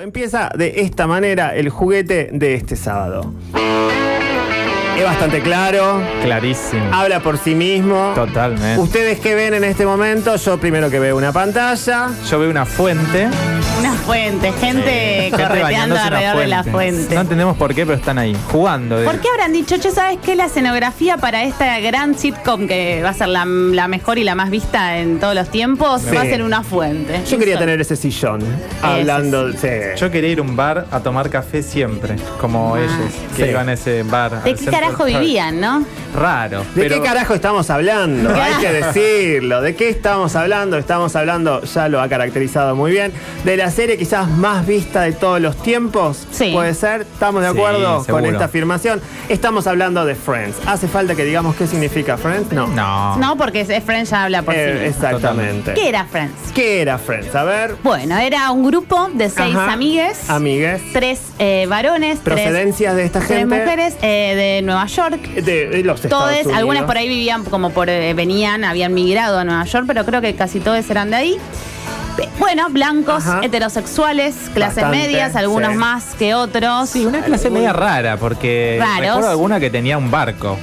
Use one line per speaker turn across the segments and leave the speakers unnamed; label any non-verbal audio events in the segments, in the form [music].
Empieza de esta manera el juguete de este sábado. Es bastante claro,
Clarísimo.
habla por sí mismo.
Totalmente.
¿Ustedes qué ven en este momento? Yo primero que veo una pantalla.
Yo veo una fuente.
Una fuente, gente
gente
Eh, correteando
bañándose en una
alrededor de la fuente.
No entendemos por qué, pero están ahí, jugando.
¿Por qué habrán dicho, che, sabes qué? La escenografía para esta gran sitcom que va a ser la, la mejor y la más vista en todos los tiempos
Sí.
va a ser una fuente.
Yo quería tener ese sillón. Hablando. sí.
Yo quería ir a un bar a tomar café siempre, como
Ah.
ellos que
Sí.
iban a ese bar. al
¿De qué
Central
carajo
Park.
vivían, no?
Raro.
¿De
pero
qué carajo estamos
[laughs]
hablando? Hay que decirlo. ¿De qué estamos hablando? Estamos hablando, ya lo ha caracterizado muy bien, de la serie quizás más vista de todos los tiempos.
Sí.
¿Puede ser? ¿Estamos de
Sí,
acuerdo con
seguro.
esta afirmación? Estamos hablando de Friends. ¿Hace falta que digamos qué significa Friends? No.
No.
No, porque es- es Friends ya habla por
Ah. Eh,
sí. mismo.
exactamente.
¿Qué era Friends?
¿Qué era Friends? A ver.
Bueno, era un grupo de seis
Ajá.
amigues,
Amigues.
tres eh, varones, tres,
Procedencias de esta
tres
gente.
mujeres eh, de Nueva York.
De, de los Estados
Todos,
Unidos.
algunas por ahí vivían como por eh, venían, habían migrado a Nueva York, pero creo que casi todos eran de ahí. Eh, Bueno, blancos,
Ajá.
heterosexuales, clases
Bastante,
medias, algunos
sí.
más que otros.
Sí, una clase media rara, porque
Raros.
recuerdo alguna que tenía un barco.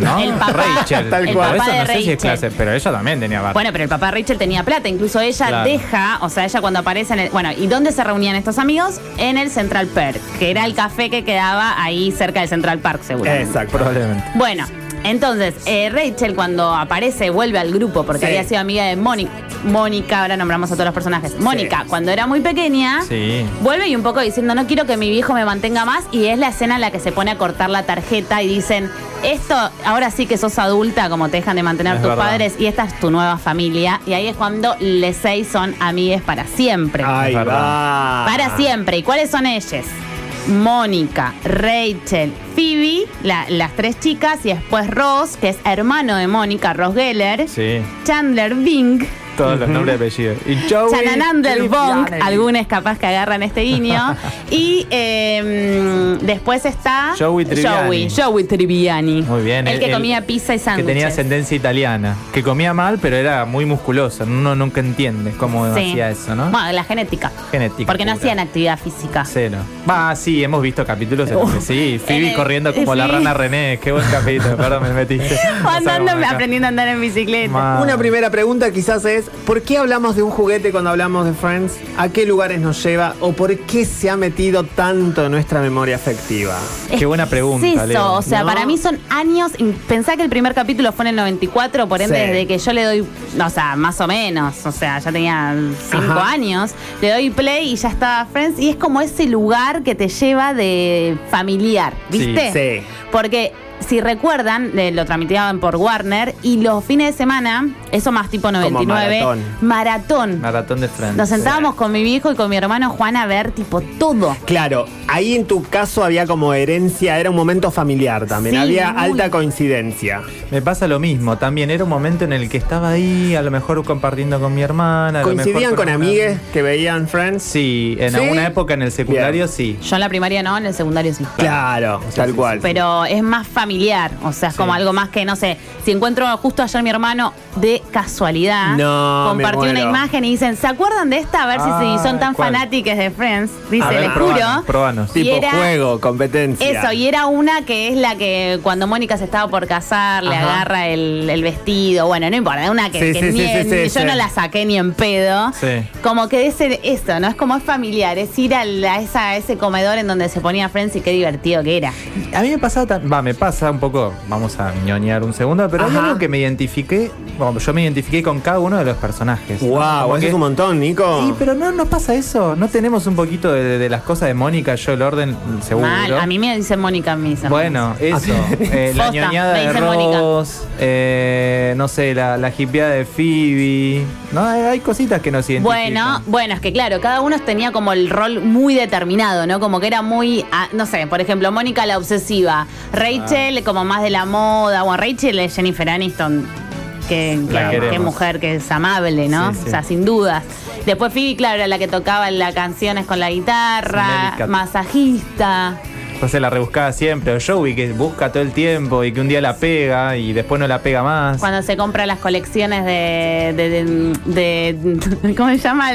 ¿no?
El papá-
Rachel.
[laughs] Tal
Pero
cual.
eso
el papá
no
de
sé si es
Rachel.
clase, pero ella también tenía barco.
Bueno, pero el papá de Rachel tenía plata, incluso ella
Claro.
deja, o sea, ella cuando aparece en el. Bueno, ¿y dónde se reunían estos amigos? En el Central Park, que era el café que quedaba ahí cerca del Central Park, seguramente.
Exacto.
Probablemente.
Bueno, entonces, eh, Rachel cuando aparece, vuelve al grupo,
Sí.
porque había sido amiga de Mónica. Mónica, ahora nombramos a todos los personajes. Mónica, cuando era muy pequeña,
Sí.
vuelve y un poco diciendo, no quiero que mi viejo me mantenga más, y es la escena en la que se pone a cortar la tarjeta y dicen, esto, ahora sí que sos adulta, como te dejan de mantener
Es
tus
verdad.
padres, y esta es tu nueva familia. Y ahí es cuando les seis son amigues para siempre.
Ahí
Es verdad.
va.
Para siempre. ¿Y cuáles son ellas? Mónica, Rachel, Phoebe, la- las tres chicas, y después Ross, que es hermano de Mónica, Ross Geller,
Sí.
Chandler Bing,
Todos los nombres de apellidos. Y Joey.
Chananander
Cliff
Bong,
Laney.
algunas capaz que agarran este
[laughs]
guiño, y eh, después está
Joey Tribbiani.
Joey, Joey Tribbiani.
Muy bien.
El que comía pizza y
Que tenía
sándwiches.
ascendencia italiana. Que comía mal, pero era muy musculoso. Uno nunca entiende cómo
Sí.
hacía eso, ¿no?
Bueno, la genética.
Genética
Porque no
pura.
hacían actividad física.
Cero. Va, sí, hemos visto capítulos en los que sí. Phoebe
[laughs] Eh,
corriendo como la
sí.
rana René. Qué buen capítulo. Perdón, me metiste.
O
Andando
[laughs] andando, aprendiendo a andar en bicicleta.
Una primera pregunta quizás es, ¿por qué hablamos de un juguete cuando hablamos de Friends? ¿A qué lugares nos lleva? ¿O por qué se ha metido tanto en nuestra memoria afectiva?
Qué buena pregunta,
Es eso,
Leo.
o sea,
¿No?
para mí son años. y Pensá que el primer capítulo fue en el 94, por ende,
Sí.
desde que yo le doy, o sea, más o menos, o sea, ya tenía cinco
Ajá.
años, le doy play y ya estaba Friends. Y es como ese lugar que te lleva de familiar,
Sí,
¿viste?
sí.
Porque. Si recuerdan, le- lo tramitaban por Warner y los fines de semana, eso más tipo 99,
maratón.
maratón.
Maratón de Friends.
Nos sentábamos con mi viejo y con mi hermano Juan a ver tipo todo.
Claro, ahí en tu caso había como herencia, era un momento familiar también,
Sí,
había
muy.
alta coincidencia.
Me pasa lo mismo también. Era un momento en el que estaba ahí, a lo mejor compartiendo con mi hermana. a lo mejor
¿Coincidían con
una-
amigues que veían Friends?
Sí, en
¿Sí?
alguna época en el secundario
Bien.
sí.
Yo en la primaria no, en el secundario sí.
Claro, tal cual.
pero es más familiar, o sea, es como algo más que, no sé, si encuentro justo ayer mi hermano de casualidad,
No, me
compartió una
muero.
imagen y dicen, ¿se acuerdan de esta? A ver
Ah,
si son tan
¿cuál?
fanáticas de Friends. Dice,
A ver,
les
probanos,
juro.
probanos.
Y
tipo
era-
juego, competencia.
Eso, y era una que es la que cuando Mónica se estaba por casar, le
Ajá.
agarra el, el vestido, bueno, no importa, una que,
Sí,
que
sí,
ni
sí,
en-
sí, sí,
yo no
sí.
la saqué ni en pedo.
Sí.
Como que es el- eso, ¿no? Es como es familiar, es ir a, la- a esa, a ese comedor en donde se ponía Friends y qué divertido que era.
A mí me pasaba, tan- va, me pasa un poco, vamos a ñoñar un segundo, pero hay
Ajá.
algo que me identifiqué, bueno, yo me identifiqué con cada uno de los personajes.
Wow,
Como
eso
que-
es un montón, Nico.
Sí, pero no nos pasa eso, no tenemos un poquito de, de las cosas de Mónica, yo el orden, seguro.
Mal, a mí me dice Mónica mis hermanos.
Bueno,
Ah,
eso. eh, la
Posta,
ñoñada
me
de
dice Mónica.
Ross, eh, no sé, la, la hipeada de Phoebe. No, hay, hay cositas que nos identifican.
Bueno, bueno, es que claro, cada uno tenía como el rol muy determinado, ¿no? Como que era muy, ah, no sé, por ejemplo, Mónica la obsesiva,
Ah.
Rachel como más de la moda, o Rachel es Jennifer Aniston, que,
La
que-
queremos.
qué mujer que es amable, ¿no?
Sí, sí.
O sea, sin dudas. Después Phoebe, claro, era la que tocaba las canciones con la guitarra,
Nelly Cat.
masajista.
Entonces la rebuscaba siempre. O Joey que busca todo el tiempo y que un día la pega y después no la pega más.
Cuando se compra las colecciones de. de, de- de- ¿Cómo se llama?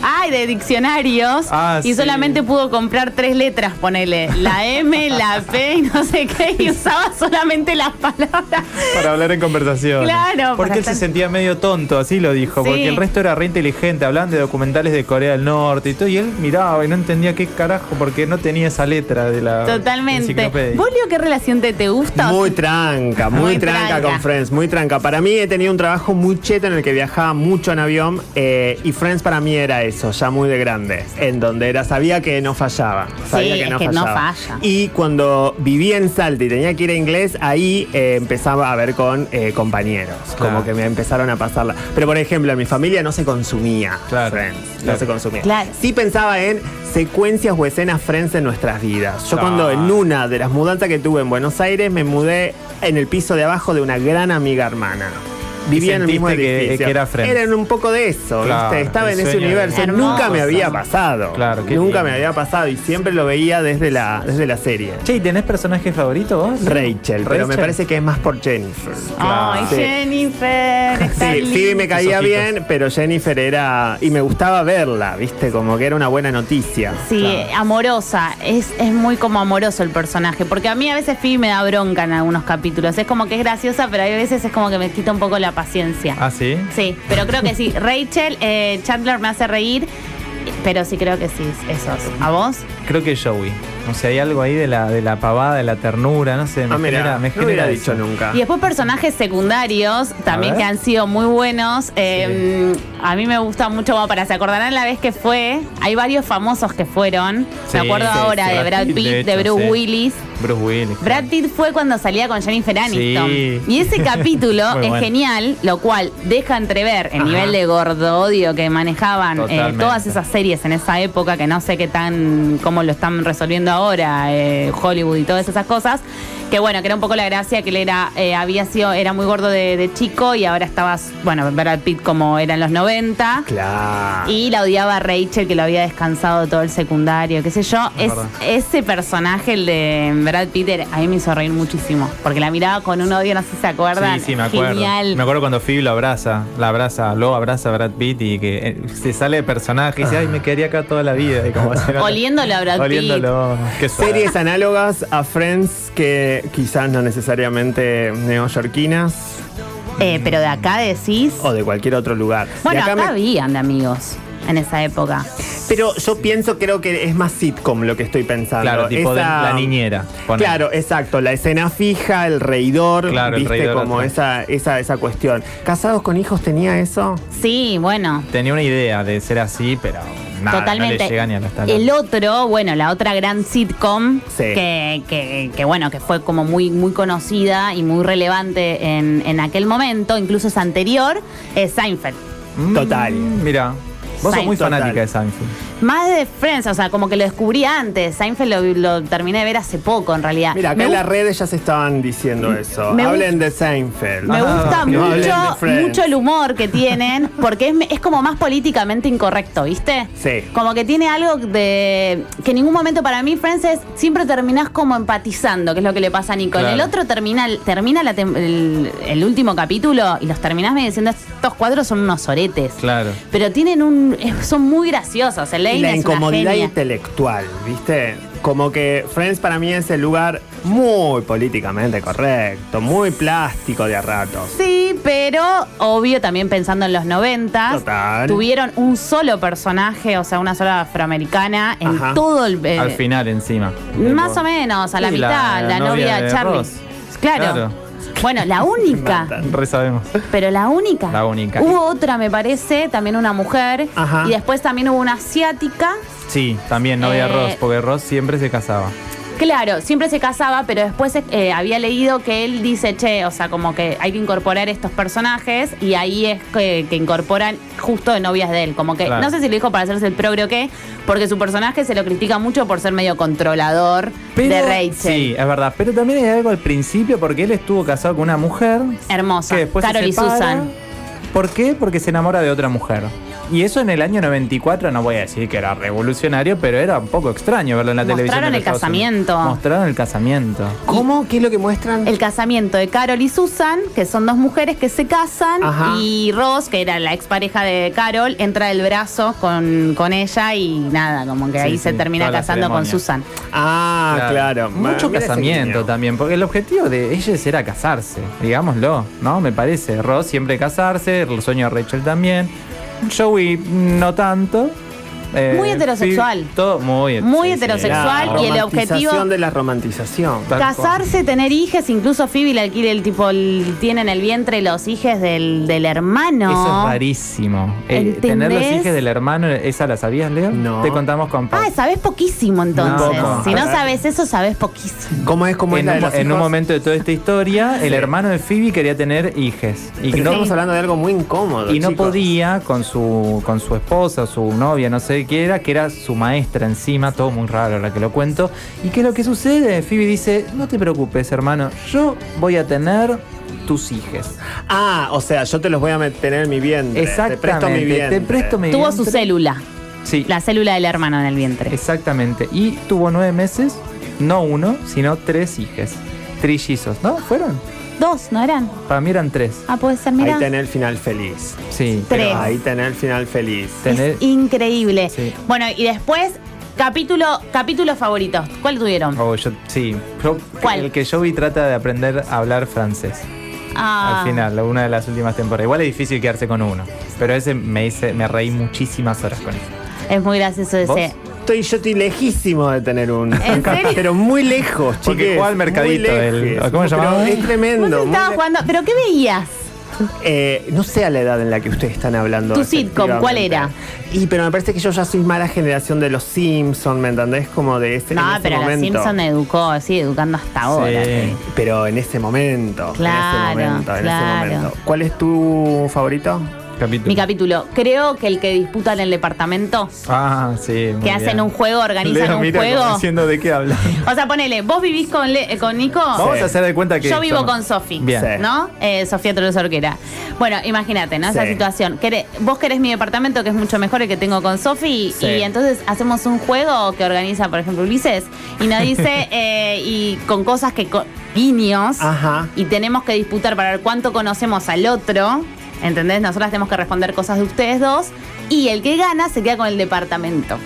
Ay, de diccionarios.
Ah,
y
sí.
solamente pudo comprar tres letras, ponele. La M, la P [laughs] y no sé qué. Y usaba solamente las palabras.
Para hablar en conversación.
Claro, para
Porque él
estar-
se sentía medio tonto, así lo dijo.
Sí.
Porque el resto era re inteligente, hablaban de documentales de Corea del Norte y todo. Y él miraba y no entendía qué carajo, porque no tenía esa letra de la
Totalmente.
enciclopedia.
¿Vos, Leo, qué relación te, te gusta?
Muy tranca, muy,
Muy
tranca,
tranca.
con Friends, muy tranca. Para mí he tenido un trabajo muy cheto en el que viajaba mucho en avión eh, y Friends para mí era eso, ya muy de grande, en donde era, sabía que no fallaba. Sabía
Sí,
que
es
no
que no
fallaba.
falla.
Y cuando vivía en Salta y tenía que ir a inglés, ahí eh, empezaba a ver con eh, compañeros, como
Claro.
que me empezaron a pasarla. Pero por ejemplo, en mi familia no se consumía
Claro,
Friends, no
claro.
se consumía.
Claro.
Sí pensaba en secuencias o escenas Friends en nuestras vidas. Yo
Ah.
cuando en una de las mudanzas que tuve en Buenos Aires me mudé en el piso de abajo de una gran amiga hermana. Vivía en el mismo
sentiste que-
edificio.
que era Friends.
Eran un poco de eso,
Claro,
¿viste? Estaba
el
en ese
sueño de-
universo.
Hermoso.
Nunca me había pasado.
Claro, qué
Nunca
lindo.
me había pasado y siempre lo veía desde la, desde la serie.
Che, ¿y tenés personaje favorito vos?
Rachel, pero me
Rachel. Ah,
parece que es más por Jennifer.
Ay,
Sí. [laughs]
Jennifer. está
Sí, Phoebe me
linda.
caía
Esos ojitos.
bien, pero Jennifer era. Y me gustaba verla, ¿viste? Como que era una buena noticia.
Sí, amorosa. Es, es muy como amoroso el personaje. Porque a mí a veces Phoebe me da bronca en algunos capítulos. Es como que es graciosa, pero hay veces es como que me quita un poco la paciencia.
Ah, sí.
Sí, pero creo que sí. Rachel, eh, Chandler me hace reír. Pero sí creo que sí, esos. ¿A vos?
Creo que Joey. O sea, hay algo ahí de la, de la pavada, de la ternura, no sé. Me
Ah, mirá,
genera, me
no
genera
hubiera
eso.
dicho nunca.
Y después personajes secundarios también
Ah. ver.
que han sido muy buenos. Eh, A mí me gusta mucho, bueno, para se acordarán la vez que fue, hay varios famosos que fueron.
Sí,
me acuerdo
sí,
ahora
sí.
de Brad
De
Pitt, de,
hecho,
Bruce
sí.
Willis.
Bruce Willis.
Brad Pitt fue cuando salía con Jennifer Aniston.
Sí. [laughs]
Y ese capítulo
Muy
es
bueno.
genial, lo cual deja entrever el nivel de gordodio que manejaban eh,
Totalmente.
todas esas series en esa época, que no sé qué tan, cómo lo están resolviendo ahora, eh, Hollywood y todas esas cosas. Que bueno, que era un poco la gracia que él era, eh, había sido, era muy gordo de, de chico y ahora estabas, bueno, Brad Pitt como era en los 90.
Claro.
Y la odiaba a Rachel, que lo había descansado todo el secundario, qué sé yo.
Es
Es-
verdad.
ese personaje, el de Brad Pitt, era- a mí me hizo reír muchísimo. Porque la miraba con un odio, no sé si se acuerdan.
Sí, sí, me acuerdo.
Genial.
Me acuerdo cuando Phoebe lo abraza, la abraza, lo abraza a Brad Pitt y que eh, se sale de personaje y dice, ay, me quedaría acá toda la vida. Y como haciendo-
Oliéndolo Ah. a Brad Pitt.
Oliéndolo. Qué suave.
Series análogas a Friends que quizás no necesariamente neoyorquinas
Eh, pero de acá decís.
Oh,
o de cualquier otro lugar. De
Bueno, acá,
me-
habían de amigos en esa época.
Pero yo pienso, creo que es más sitcom lo que estoy pensando.
Claro, tipo de
Esa-
la niñera. ponele.
Claro, exacto. La escena fija, el reidor,
Claro, el
viste,
reidor
como
atrás.
esa, esa, esa cuestión. ¿Casados con hijos tenía eso?
Sí, bueno.
Tenía una idea de ser así, pero nada,
Totalmente.
no le llega ni a la tala.
el otro, bueno, la otra gran sitcom
Sí.
que, que- que, bueno, que fue como muy, muy conocida y muy relevante en, en aquel momento, incluso es anterior, es Seinfeld.
Mm,
Total.
Mira, vos sos
Seinfeld.
muy fanática
Total.
de Seinfeld.
Más de Friends, o sea, como que lo descubrí antes. Seinfeld lo, lo terminé de ver hace poco, en realidad.
Mira, acá
Ah, Me
en
gu-
las redes ya se estaban diciendo eso.
me
Hablen de Seinfeld.
Me
Ah,
gusta
no
hablen de
mucho,
Friends.
mucho el humor que tienen, porque es, es como más políticamente incorrecto, ¿viste?
Sí.
Como que tiene algo de. que en ningún momento para mí, Frances, siempre terminás como empatizando, que es lo que le pasa a Nico. En
Claro.
el otro termina, termina la tem- el, el último capítulo y los terminás medio diciendo, estos cuadros son unos oretes.
Claro.
Pero tienen un. es- son muy graciosos. Elaine
Y la
es una
incomodidad
genia.
intelectual, ¿viste? Como que Friends para mí es el lugar muy políticamente correcto, muy plástico de a ratos.
Sí, pero obvio también pensando en los 90
Total.
tuvieron un solo personaje, o sea, una sola afroamericana en
Ajá.
todo el eh,
Al final, encima.
más o menos a la
Sí, la-
mitad, la,
la novia
novia de
de
Charlie.
Ross.
Claro.
Claro.
Bueno,
[laughs]
la única,
matan.
Re sabemos.
pero la única.
La única.
Hubo otra, me parece, también una mujer
Ajá.
y después también hubo una asiática.
Sí, también novia
Eh,
de Ross, porque Ross siempre se casaba.
Claro, siempre se casaba, pero después eh, había leído que él dice, che, o sea, como que hay que incorporar estos personajes y ahí es que, que incorporan justo de novias de él. Como que,
Claro.
no sé si lo dijo para hacerse el progre o qué, porque su personaje se lo critica mucho por ser medio controlador de Rachel.
Sí, es verdad. Pero también hay algo al principio porque él estuvo casado con una mujer
Hermosa.
que después
Carol
se
y
separa.
Susan.
¿Por qué? Porque se enamora de otra mujer. Y eso en el año 94, no voy a decir que era revolucionario, pero era un poco extraño verlo en la televisión.
Mostraron
de
el
Estados Unidos.
casamiento.
Mostraron el casamiento.
¿Cómo? ¿Qué es lo que muestran?
El casamiento de Carol y Susan, que son dos mujeres que se casan,
Ajá.
y Ross, que era la expareja de Carol, entra del brazo con, con ella y nada, como que
Sí,
ahí
sí,
se termina
toda la
casando con
ceremonia.
Susan.
Ah, claro.
Mucho
Mira ese
casamiento
guiño.
también, porque el objetivo de ellos era casarse, digámoslo, ¿no? Me parece. Ross siempre casarse, el sueño de Rachel también. Joey no tanto. Eh,
Muy heterosexual.
Phoebe, todo muy, sí,
Muy
sí, era
heterosexual y el-
romántico.
objetivo-
Romantización de la romantización.
Tal cual.
Casarse, tener hijas, incluso Phoebe le alquila el tipo, el- tiene en el vientre los hijos del, del hermano.
Eso es rarísimo. Eh, tener los
¿Entendés?
hijos del hermano, ¿esa la sabías, Leo?
No.
Te contamos con Pau.
Ah, sabes poquísimo entonces.
No.
Si no sabes eso, sabes poquísimo.
¿Cómo es? ¿Cómo es
en,
la de
un,
las
en un
hijas?
momento de toda esta historia, el hermano de Phoebe quería tener hijes. Y
Pero
no,
Estamos hablando de algo muy incómodo.
y no
chicos.
podía con su, con su esposa, su novia, no sé qué era, que era su maestra encima, todo muy raro ahora que lo cuento. ¿Y qué es lo que sucede? Phoebe dice, no te preocupes, hermano, yo voy a tener tus hijes.
Ah, o sea, yo te los voy a tener en mi vientre.
Exactamente.
Te presto mi vientre.
Te presto mi
Tuvo su
vientre.
célula,
Sí,
la célula del hermano en el vientre.
exactamente. Y tuvo nueve meses, no uno, sino tres hijes. Trillizos, ¿no? ¿Fueron?
Dos, ¿no eran?
Para mí eran tres.
Ah, puede ser,
Ahí
mira.
tener el final feliz.
Sí.
Tres.
Pero ahí tener el final feliz.
Tener-
Es increíble.
Sí.
Bueno, y después, capítulo, capítulos favoritos. ¿Cuál tuvieron?
Oh, yo, sí. Yo-
¿Cuál?
El que Joey trata de aprender a hablar francés.
Ah,
Oh, Al final, una de las últimas temporadas. Igual es difícil quedarse con uno. Pero ese me hice, me reí muchísimas horas con él.
Es muy gracioso
¿Vos?
ese.
Estoy, yo estoy lejísimo de tener uno.
¿En serio?
Pero muy lejos,
Porque
chiques.
jugaba al mercadito
muy lejos.
del- ¿cómo se
Pero
llamaba?
Es tremendo.
¿Vos
muy
estabas
le-
jugando? ¿Pero qué veías?
Eh, no sé a la edad en la que ustedes están hablando.
Tu sitcom, ¿cuál era?
efectivamente. Y pero me parece que yo ya soy mala generación de los Simpsons, ¿me entendés? Como de ese, en
no,
ese
pero la
momento.
Simpson educó, sigue educando hasta ahora.
Sí.
Pero en ese momento.
Claro,
en ese momento, en
claro.
ese momento. ¿Cuál es tu favorito?
Capítulo.
Mi capítulo, creo que el que disputan el departamento,
Ah, sí. muy
que hacen
bien.
un juego, organizan
Leo
un
mira como
juego.
diciendo de qué
[laughs]
hablan.
O sea, ponele, vos vivís con, Le- eh, con Nico.
Vamos a hacer de cuenta que.
Yo vivo
somos-
con Sofi,
Bien.
Sí.
¿no? Eh, Sofía Torres Orquera. Bueno, imagínate, ¿no? Esa
Sí.
situación. Queré- vos querés mi departamento, que es mucho mejor el que tengo con Sofi,
Sí.
y entonces hacemos un juego que organiza, por ejemplo, Ulises, y
[laughs]
nos dice, eh, y con cosas que... co- guiños,
Ajá.
y tenemos que disputar para ver cuánto conocemos al otro, ¿entendés? Nosotras tenemos que responder cosas de ustedes dos, y el que gana se queda con el departamento.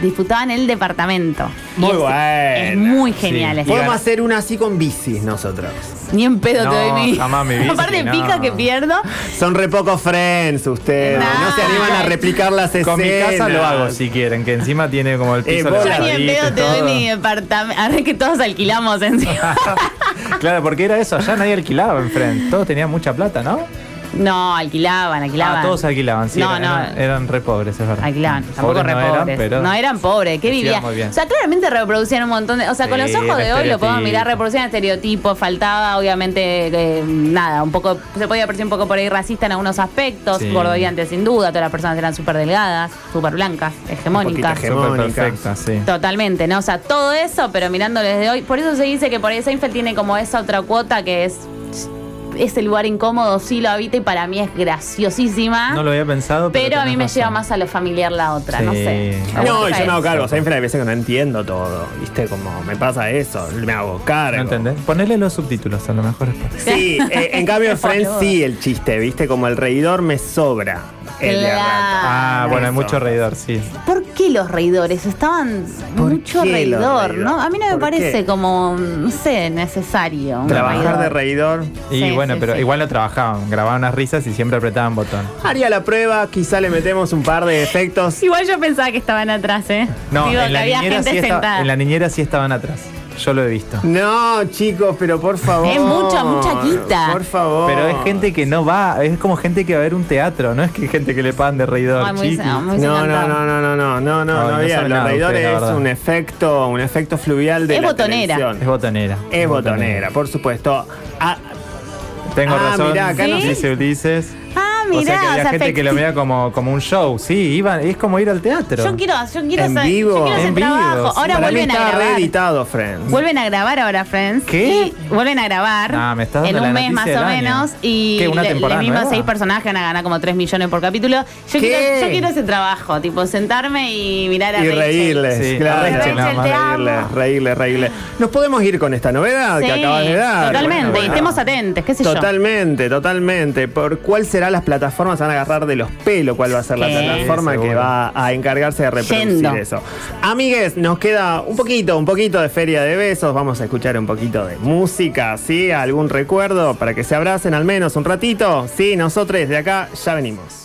Disputaban el departamento. Y
Muy
es- Es
buena.
muy genial.
Sí.
ese
Y
Podemos
gana.
hacer una así con bicis nosotros.
ni en pedo te
No,
doy mi.
jamás
[laughs]
mi bici,
Aparte,
no.
pica que pierdo.
Son re poco friends ustedes. No,
No.
se animan a replicar las escenas.
Con mi casa lo hago si quieren, que encima tiene como el piso
Eh, vos-
Yo ni
levantadito y
en pedo te doy
todo.
mi departamento. [laughs] A ver que todos alquilamos encima.
[laughs] Claro, porque era eso, allá nadie alquilaba enfrente. Todos tenían mucha plata, ¿no?
No, alquilaban, alquilaban.
Ah, todos alquilaban, sí.
No,
eran,
no.
eran- eran re pobres, es verdad.
Alquilaban, tampoco
Pobres
re
no
pobres.
pero-
no eran pobres, ¿qué
Decía
vivían?
muy bien.
O sea, claramente reproducían un montón de. O sea, con
Sí,
los ojos de
era
hoy lo podemos
estereotipo.
mirar, reproducían estereotipos, faltaba, obviamente, eh, nada, un poco. Se podía parecer un poco por ahí racista en algunos aspectos,
Sí.
gordoviante sin duda, todas las personas eran súper delgadas, súper blancas, hegemónicas.
hegemónicas.
Súper
Mónica.
perfecta, sí.
Totalmente, ¿no? O sea, todo eso, pero mirándolo desde hoy. Por eso se dice que por ahí Seinfeld tiene como esa otra cuota que es. Ese lugar incómodo sí lo habita y para mí es graciosísima.
No lo había pensado, pero.
pero a mí
tenés
me
razón.
lleva más a lo familiar la otra, no
Sí.
sé.
No,
¿A vos
No,
qué
y yo
sabés?
me hago cargo. Siempre hay veces que no entiendo todo. ¿Viste? Como me pasa eso. Me hago cargo.
¿No entendés? Ponele los subtítulos, a lo mejor es por eso.
Sí, eh, en cambio en Friends sí el chiste, ¿viste? Como el reidor me sobra. el de a rato.
Claro.
Ah,
Ah,
bueno, hay
eso.
mucho reidor, sí.
¿Por qué los reidores? Estaban
¿Por
mucho
qué los
reidor,
reidores?
¿no? A mí no me
¿Por
parece
qué?
como, no sé, necesario. un
Trabajar de
reidor.
reidor.
Y
Sí,
bueno,
sí,
pero
sí.
igual lo trabajaban, grababan unas risas y siempre apretaban botón.
Haría la prueba, quizá le metemos un par de efectos.
Igual yo pensaba que estaban atrás, ¿eh?
No,
Digo,
en,
que
la
había
niñera
gente
sí estaba-
sentada.
en la niñera sí estaban atrás. Yo lo he visto.
No, chicos, pero por favor.
Es mucha, mucha guita.
Por favor.
Pero es gente que no va, es como gente que va a ver un teatro, no es que gente que le pagan de reidor.
Ay, muy-
chiquis.
ah, muy
No, no,
encantado.
no, no, no, no, no, no, no
Ay, no
había.
saben
Los
nada
reidores
ustedes, la
es
verdad.
un efecto, un efecto fluvial de
Es
la
botonera.
Es
televisión.
botonera.
Es botonera, por supuesto. Ah,
Tengo
Ah,
razón.
mirá, acá
no-
dice Ulises.
Ah, mirá,
o sea, que había
o sea,
gente que lo
efecti-
veía como, como un show. Sí, iban, es como ir al teatro.
Yo quiero, yo quiero
En
hacer, yo
vivo.
quiero hacer
En vivo,
trabajo.
sí.
Ahora
Para mí
vuelven a
está
grabar.
reeditado, Friends.
Vuelven a grabar ahora, Friends.
¿Qué?
Y vuelven a grabar.
Ah, me estás dando
en un
la
mes
noticia
más
del
o
año.
menos. Y
¿Qué, una
le-
temporada
las mismas
nueva?
seis personajes van a ganar como 3 millones por capítulo. Yo quiero, yo quiero ese trabajo, tipo sentarme y mirar a
Y
Rachel.
reírles,
Sí,
claro.
a Rachel,
reírles,
te
reírles,
amo.
reírles, Nos podemos ir con esta
Ah,
novedad
Sí,
que acabas de dar.
Totalmente,
Bueno,
y
bueno.
estemos atentos, qué sé yo.
Totalmente, totalmente. ¿Por cuál será las plataformas se van a agarrar de los pelos? ¿Cuál va a ser la
Sí,
plataforma que
seguro.
va a encargarse de reproducir
Yendo.
eso? Amigues, nos queda un poquito, un poquito de feria de besos. Vamos a escuchar un poquito de música, ¿sí? ¿Algún recuerdo para que se abracen al menos un ratito? Sí, nosotros de acá ya venimos.